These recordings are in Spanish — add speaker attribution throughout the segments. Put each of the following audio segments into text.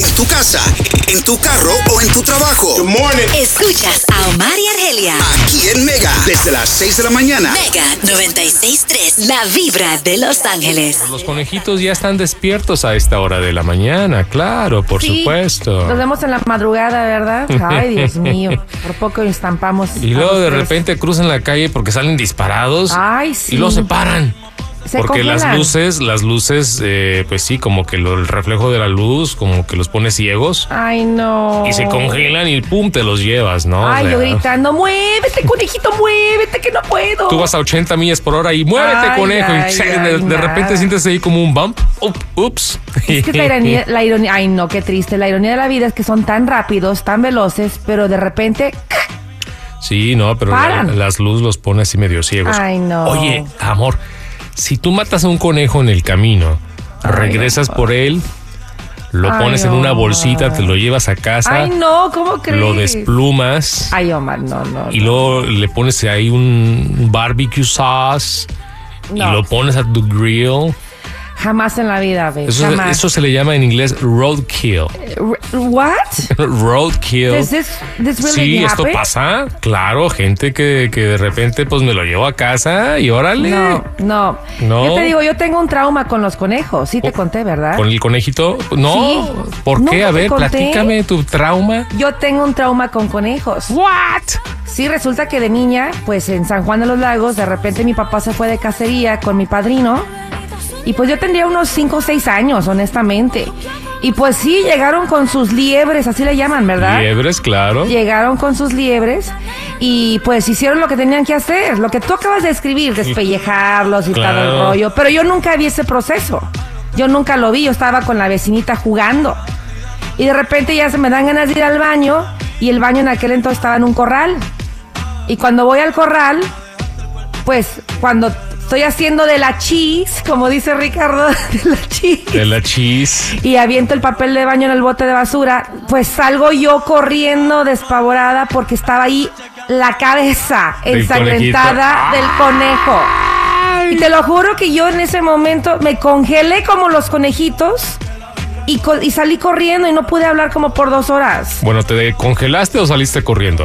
Speaker 1: En tu casa, en tu carro o en tu trabajo.
Speaker 2: Good morning.
Speaker 3: Escuchas a Omar y Argelia.
Speaker 1: Aquí en Mega, desde las 6 de la mañana.
Speaker 3: Mega 963, la vibra de Los Ángeles.
Speaker 4: Los conejitos ya están despiertos a esta hora de la mañana, claro, por
Speaker 5: Sí. Nos
Speaker 4: supuesto.
Speaker 5: vemos en la madrugada, ¿verdad? Ay, Dios mío. Por poco estampamos.
Speaker 4: Y
Speaker 5: a
Speaker 4: luego de
Speaker 5: los tres.
Speaker 4: repente cruzan la calle porque salen disparados
Speaker 5: Ay, sí.
Speaker 4: y luego se paran.
Speaker 5: Se
Speaker 4: porque las
Speaker 5: congelan.
Speaker 4: luces, las luces, eh, pues sí, como que lo- el reflejo de la luz, como que los pone ciegos
Speaker 5: Ay, no.
Speaker 4: y se congelan y pum, te los llevas, ¿no? O
Speaker 5: Oh. Ay,
Speaker 4: sea,
Speaker 5: yo gritando, muévete, conejito, muévete, que no puedo.
Speaker 4: Tú vas a 80 millas por hora y muévete,
Speaker 5: Ay,
Speaker 4: conejo. y
Speaker 5: ay,
Speaker 4: de-
Speaker 5: ay,
Speaker 4: de,
Speaker 5: nada.
Speaker 4: repente sientes ahí como un bump. Up, ups.
Speaker 5: Es que es la ironía, la ironía, ay no, qué triste. La ironía de la vida es que son tan rápidos, tan veloces, pero de repente,
Speaker 4: Sí, no, pero la-
Speaker 5: Paran.
Speaker 4: las luces los pone así medio ciegos.
Speaker 5: Ay, no.
Speaker 4: Oye, amor, si tú matas a un conejo en el camino, regresas por él, lo
Speaker 5: Ay,
Speaker 4: pones en una bolsita, te lo llevas a casa,
Speaker 5: ay no, ¿cómo crees?
Speaker 4: Ah. lo desplumas
Speaker 5: Ay, Omar, no, no.
Speaker 4: y luego le pones ahí un barbecue sauce y
Speaker 5: No.
Speaker 4: lo pones a tu grill.
Speaker 5: Jamás en la vida, babe,
Speaker 4: Eso,
Speaker 5: jamás.
Speaker 4: eso se le llama en inglés roadkill.
Speaker 5: Re- What?
Speaker 4: roadkill.
Speaker 5: Does this, this really
Speaker 4: sí, esto
Speaker 5: happen?
Speaker 4: pasa. Claro, gente que, que de repente pues me lo llevo a casa y órale.
Speaker 5: No, no,
Speaker 4: No. Oh,
Speaker 5: Yo te digo, yo tengo un trauma con los conejos. Sí te conté, ¿verdad?
Speaker 4: ¿Con el conejito? No.
Speaker 5: Ah. Sí.
Speaker 4: ¿Por qué? A
Speaker 5: Nunca te
Speaker 4: ver,
Speaker 5: conté.
Speaker 4: platícame tu trauma.
Speaker 5: Yo tengo un trauma con conejos.
Speaker 4: ¿What?
Speaker 5: Sí, resulta que de niña, pues en San Juan de los Lagos, de repente mi papá se fue de cacería con mi padrino. Y pues yo tendría unos 5 o 6 años, honestamente. Y pues sí, llegaron con sus liebres, así le llaman, ¿verdad?
Speaker 4: Liebres, claro.
Speaker 5: Llegaron con sus liebres y pues hicieron lo que tenían que hacer, lo que tú acabas de escribir, despellejarlos y todo
Speaker 4: Claro.
Speaker 5: el rollo. Pero yo nunca vi ese proceso. Yo nunca lo vi, yo estaba con la vecinita jugando. Y de repente ya se me dan ganas de ir al baño y el baño en aquel entonces estaba en un corral. Y cuando voy al corral, pues cuando estoy haciendo de la chis, como dice Ricardo, de la chis
Speaker 4: De la cheese.
Speaker 5: y aviento el papel de baño en el bote de basura, pues salgo yo corriendo despavorada porque estaba ahí la cabeza
Speaker 4: Del
Speaker 5: ensangrentada del conejo. Y te lo juro que yo en ese momento me congelé como los conejitos y, co- y salí corriendo y no pude hablar como por dos horas.
Speaker 4: Bueno, ¿te congelaste o saliste corriendo?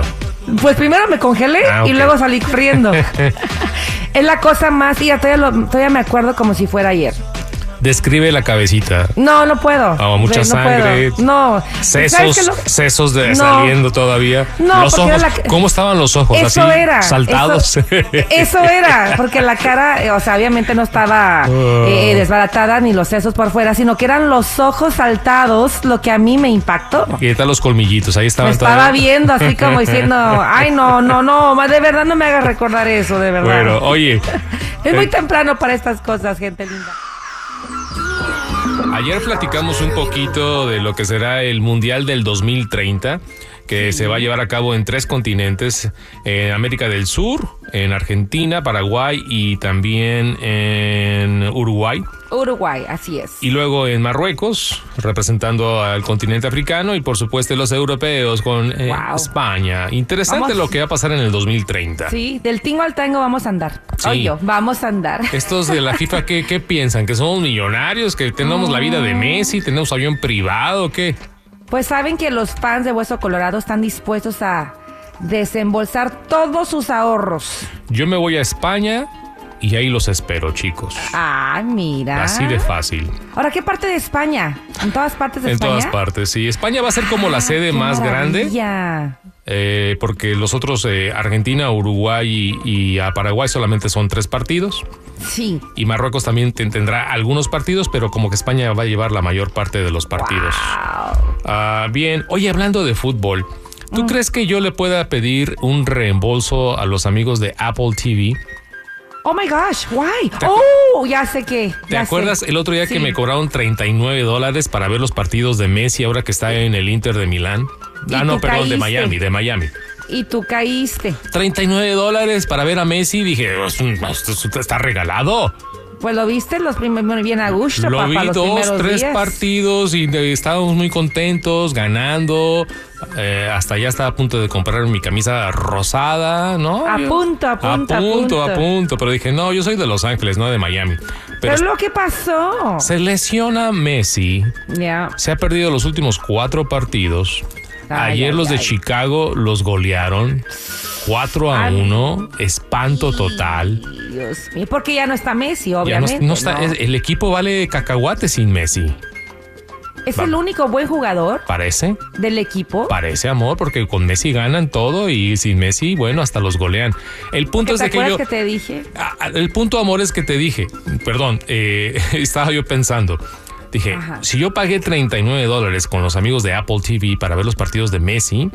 Speaker 5: Pues primero me congelé
Speaker 4: Ah, ok.
Speaker 5: y luego salí corriendo. es la cosa más, y todavía, lo- todavía me acuerdo como si fuera ayer.
Speaker 4: Describe la cabecita.
Speaker 5: No, no puedo.
Speaker 4: Ah, mucha
Speaker 5: Güey, no puedo.
Speaker 4: sangre.
Speaker 5: No.
Speaker 4: Sesos,
Speaker 5: ¿Sabes qué lo-
Speaker 4: sesos de,
Speaker 5: No.
Speaker 4: saliendo todavía.
Speaker 5: No,
Speaker 4: los
Speaker 5: porque
Speaker 4: ojos.
Speaker 5: era la que-
Speaker 4: ¿Cómo estaban los ojos?
Speaker 5: Eso
Speaker 4: Pues Así,
Speaker 5: era.
Speaker 4: saltados.
Speaker 5: Eso, eso era, porque la cara, eh, o sea, obviamente no
Speaker 4: Ah.
Speaker 5: estaba eh, desbaratada ni los sesos por fuera, sino que eran los ojos saltados lo que a mí me impactó.
Speaker 4: y ahí están los colmillitos. Ahí
Speaker 5: Me
Speaker 4: estaban
Speaker 5: estaba
Speaker 4: todavía.
Speaker 5: viendo así como diciendo, ay no, no, no, ma, de verdad no me hagas recordar eso, de verdad.
Speaker 4: Bueno, oye.
Speaker 5: es muy
Speaker 4: eh,
Speaker 5: temprano para estas cosas, gente linda.
Speaker 4: Ayer platicamos un poquito de lo que será el Mundial del 2030, que se va a llevar a cabo en tres continentes, en América del Sur, en Argentina, Paraguay y también en Uruguay.
Speaker 5: Uruguay, así es.
Speaker 4: Y luego en Marruecos, representando al continente africano y por supuesto los europeos con eh,
Speaker 5: Wow.
Speaker 4: España. Interesante
Speaker 5: Vamos.
Speaker 4: lo que va a pasar en el 2030.
Speaker 5: Sí, del tingo al tango vamos a andar.
Speaker 4: Sí.
Speaker 5: Oye, vamos a andar.
Speaker 4: Estos de la FIFA, ¿qué, qué piensan? ¿Que somos millonarios? ¿Que tenemos la vida de Messi? ¿Tenemos avión privado? ¿Qué?
Speaker 5: Pues saben que los fans de Hueso Colorado están dispuestos a desembolsar todos sus ahorros.
Speaker 4: Yo me voy a España y ahí los espero, chicos.
Speaker 5: Ah, mira.
Speaker 4: Así de fácil.
Speaker 5: Ahora, ¿qué parte de España? ¿En todas partes de
Speaker 4: En
Speaker 5: España? Ah,
Speaker 4: todas partes, sí. España va a ser como la sede
Speaker 5: Qué
Speaker 4: más grande,
Speaker 5: maravilla.
Speaker 4: eh, porque los otros, eh, Argentina, Uruguay y, y a Paraguay solamente son tres partidos.
Speaker 5: Sí.
Speaker 4: Y Marruecos también ten- tendrá algunos partidos, pero como que España va a llevar la mayor parte de los partidos. Ah, bien, oye, hablando de fútbol,
Speaker 5: Mm.
Speaker 4: ¿tú crees que yo le pueda pedir un reembolso a los amigos de Apple TV
Speaker 5: Oh my gosh, why? Oh, ya sé que.
Speaker 4: ¿Te acuerdas el otro día que me cobraron 39 dólares para ver los partidos de Messi ahora que está en el Inter de Milán?
Speaker 5: Y
Speaker 4: Ah,
Speaker 5: tú
Speaker 4: no, perdón,
Speaker 5: caíste.
Speaker 4: de Miami, de Miami.
Speaker 5: Y tú caíste.
Speaker 4: 39 dólares para ver a Messi. Dije, "Es un- esto- esto está regalado.
Speaker 5: Pues lo viste los primeros bien a gusto.
Speaker 4: Lo
Speaker 5: pa-
Speaker 4: vi
Speaker 5: pa los
Speaker 4: dos,
Speaker 5: primeros
Speaker 4: tres
Speaker 5: días.
Speaker 4: partidos y eh, estábamos muy contentos, ganando. Eh, hasta ya estaba a punto de comprar mi camisa rosada, ¿no?
Speaker 5: A
Speaker 4: Yo-
Speaker 5: punto, a punto,
Speaker 4: A
Speaker 5: a
Speaker 4: punto, a
Speaker 5: punto.
Speaker 4: punto. Pero dije, no, yo soy de Los Ángeles, no de Miami. Pero,
Speaker 5: Pero lo que pasó.
Speaker 4: se lesiona Messi,
Speaker 5: Ya.
Speaker 4: se ha perdido los últimos cuatro partidos.
Speaker 5: Ay,
Speaker 4: Ayer
Speaker 5: ay,
Speaker 4: los de
Speaker 5: ay.
Speaker 4: Chicago los golearon 4 a
Speaker 5: Ay.
Speaker 4: 1, espanto total.
Speaker 5: Dios mío. Porque ya no está Messi,
Speaker 4: Ya no-
Speaker 5: obviamente.
Speaker 4: no está-
Speaker 5: ¿no?
Speaker 4: es- El equipo vale cacahuate sin Messi.
Speaker 5: Es el único buen jugador
Speaker 4: Parece,
Speaker 5: del equipo.
Speaker 4: parece amor, porque con Messi ganan todo y sin Messi, bueno, hasta los golean. El punto
Speaker 5: ¿Te
Speaker 4: es de que yo.
Speaker 5: acuerdas que te dije?
Speaker 4: Ah, ah, El punto amor es que te dije, perdón, eh, estaba yo pensando. Dije,
Speaker 5: Ajá.
Speaker 4: si yo pagué 39 dólares con los amigos de Apple TV para ver los partidos de Messi,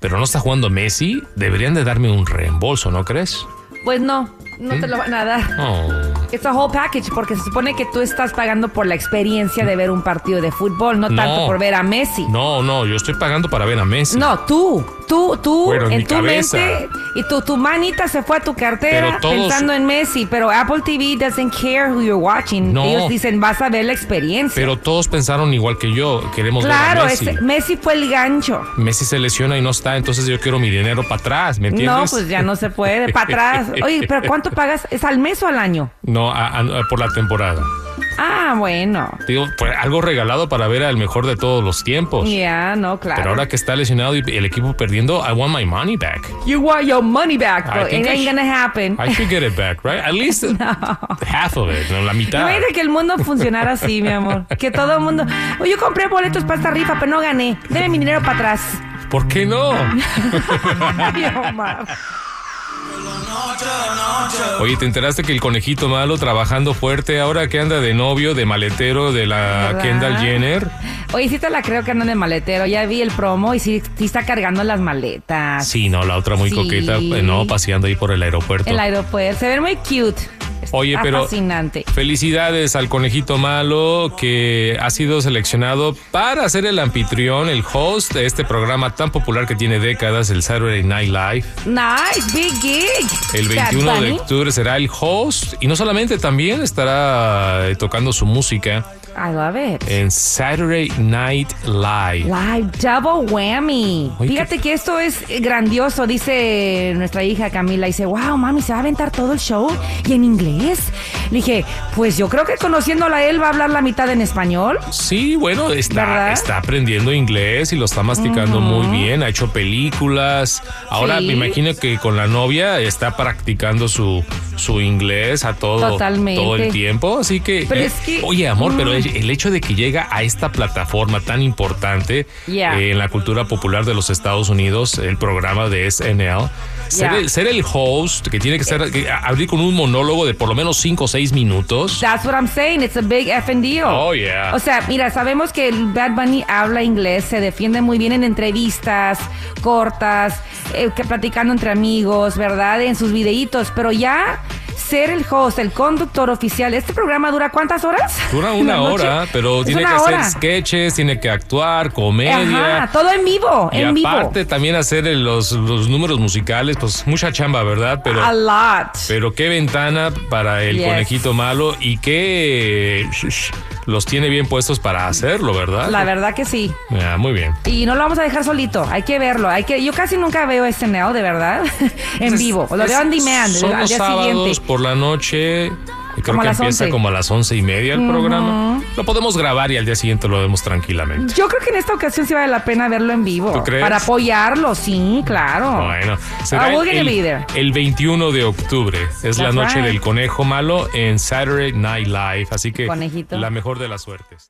Speaker 4: pero no está jugando Messi, deberían de darme un reembolso, ¿no crees?
Speaker 5: Pues no, no
Speaker 4: ¿Mm?
Speaker 5: te lo van a dar.
Speaker 4: Oh,
Speaker 5: It's a whole package porque se supone que tú estás pagando por la experiencia de ver un partido de fútbol, no,
Speaker 4: No.
Speaker 5: tanto por ver a Messi.
Speaker 4: no, no, yo estoy pagando para ver a Messi.
Speaker 5: No, tú, tú, tú,
Speaker 4: Bueno, en mi
Speaker 5: en tu
Speaker 4: cabeza.
Speaker 5: mente y tu, tu manita se fue a tu cartera
Speaker 4: Pero todos-
Speaker 5: pensando en Messi, pero Apple TV doesn't care who you're watching.
Speaker 4: No.
Speaker 5: Ellos dicen, vas a ver la experiencia.
Speaker 4: Pero todos pensaron igual que yo, queremos ver a
Speaker 5: claro, este,
Speaker 4: Messi.
Speaker 5: ese- Messi fue el gancho.
Speaker 4: Messi se lesiona y no está, entonces yo quiero mi dinero para atrás, ¿me entiendes?
Speaker 5: No, pues ya no se puede, para atrás. Oye, pero ¿cuánto pagas? ¿Es al mes o al año?
Speaker 4: No, a- a- por la temporada.
Speaker 5: Ah, bueno.
Speaker 4: Digo, pues algo regalado para ver al mejor de todos los tiempos.
Speaker 5: Ya, no, claro.
Speaker 4: Pues Pero ahora que está lesionado y el equipo perdiendo, I want my money back.
Speaker 5: You want your money back,
Speaker 4: I
Speaker 5: but
Speaker 4: think
Speaker 5: it
Speaker 4: I
Speaker 5: ain't
Speaker 4: sh-
Speaker 5: gonna happen.
Speaker 4: I should get it back, right? At least half of it, no, la mitad.
Speaker 5: Imagínate que el mundo funcionara así, mi amor. Que todo el mundo. Oye, yo compré boletos para esta rifa, pero no gané. Deme mi dinero para atrás.
Speaker 4: ¿Por qué no?
Speaker 5: Ay, Omar.
Speaker 4: Oye, ¿te enteraste que el conejito malo trabajando fuerte ahora que anda de novio, de maletero de la
Speaker 5: ¿Verdad?
Speaker 4: Kendall Jenner?
Speaker 5: Oye, sí te la creo que andan de maletero. Ya vi el promo y sí, sí está cargando las maletas.
Speaker 4: Sí, no, la otra muy
Speaker 5: Sí.
Speaker 4: coqueta, eh, no, paseando ahí por el aeropuerto.
Speaker 5: El aeropuerto. Se ven muy cute. Está
Speaker 4: Oye, pero
Speaker 5: fascinante.
Speaker 4: felicidades al conejito malo que ha sido seleccionado para ser el anfitrión, el host de este programa tan popular que tiene décadas, el Saturday Night Live.
Speaker 5: Nice, big gig.
Speaker 4: El
Speaker 5: Bad
Speaker 4: 21 de
Speaker 5: Bunny.
Speaker 4: octubre será el host y no solamente también estará eh, tocando su música
Speaker 5: I love it.
Speaker 4: en Saturday Night Live.
Speaker 5: Live Double Whammy.
Speaker 4: Oye,
Speaker 5: Fíjate
Speaker 4: qué-
Speaker 5: que esto es grandioso, dice nuestra hija Camila. Dice, wow, mami, se va a aventar todo el show y en inglés. Le dije, pues yo creo que conociéndola a él va a hablar la mitad en español.
Speaker 4: Sí, bueno, está,
Speaker 5: ¿Verdad?
Speaker 4: está aprendiendo inglés y lo está masticando muy bien, ha hecho películas. Ahora
Speaker 5: Sí.
Speaker 4: me imagino que con la novia está practicando su, su inglés a todo,
Speaker 5: Totalmente.
Speaker 4: todo el tiempo. Así que, eh,
Speaker 5: Pero es que-
Speaker 4: oye, amor, pero
Speaker 5: Mm.
Speaker 4: el, el hecho de que llega a esta plataforma tan importante
Speaker 5: Yeah.
Speaker 4: eh, en la cultura popular de los Estados Unidos, el programa de SNL, ser,
Speaker 5: Yeah.
Speaker 4: el, ser el host, que tiene que ser, que a- abrir con un monólogo de por lo menos 5 o 6 minutos.
Speaker 5: That's what I'm saying. It's a big effing deal.
Speaker 4: Oh, yeah.
Speaker 5: O sea, mira, sabemos que el Bad Bunny habla inglés, se defiende muy bien en entrevistas cortas, eh, que platicando entre amigos, ¿verdad? En sus videitos, pero ya ser el host, el conductor oficial, ¿este programa dura cuántas horas?
Speaker 4: Dura
Speaker 5: ¿En la
Speaker 4: una
Speaker 5: noche?
Speaker 4: hora, pero
Speaker 5: Es
Speaker 4: tiene que
Speaker 5: una hora.
Speaker 4: hacer sketches, tiene que actuar, comedia.
Speaker 5: Ajá, todo en vivo,
Speaker 4: y
Speaker 5: en vivo.
Speaker 4: aparte también hacer el- los, los números musicales, pues mucha chamba, ¿verdad? Pero,
Speaker 5: A lot.
Speaker 4: pero qué ventana para el
Speaker 5: Yes.
Speaker 4: conejito malo y qué shush, los tiene bien puestos para hacerlo, ¿verdad?
Speaker 5: La verdad que sí.
Speaker 4: Ah, muy bien.
Speaker 5: Y no lo vamos a dejar solito, hay que verlo, hay que, yo casi nunca veo SNL de verdad, en
Speaker 4: Es-
Speaker 5: vivo, lo
Speaker 4: es-
Speaker 5: veo en demand,
Speaker 4: Son
Speaker 5: al
Speaker 4: los
Speaker 5: día
Speaker 4: sábados
Speaker 5: siguiente.
Speaker 4: por la noche. y Creo
Speaker 5: Como a
Speaker 4: que
Speaker 5: las
Speaker 4: empieza
Speaker 5: 11.
Speaker 4: como a las once y media el programa. Lo podemos grabar y al día siguiente lo vemos tranquilamente.
Speaker 5: Yo creo que en esta ocasión sí vale la pena verlo en vivo.
Speaker 4: ¿Tú crees?
Speaker 5: Para apoyarlo, sí, claro.
Speaker 4: Bueno,
Speaker 5: Ah,
Speaker 4: será
Speaker 5: we're gonna
Speaker 4: el,
Speaker 5: be there.
Speaker 4: el 21 de octubre. Es la
Speaker 5: That's
Speaker 4: noche
Speaker 5: right.
Speaker 4: del conejo malo en Saturday Night Live. Así que
Speaker 5: Conejito.
Speaker 4: la mejor de las suertes.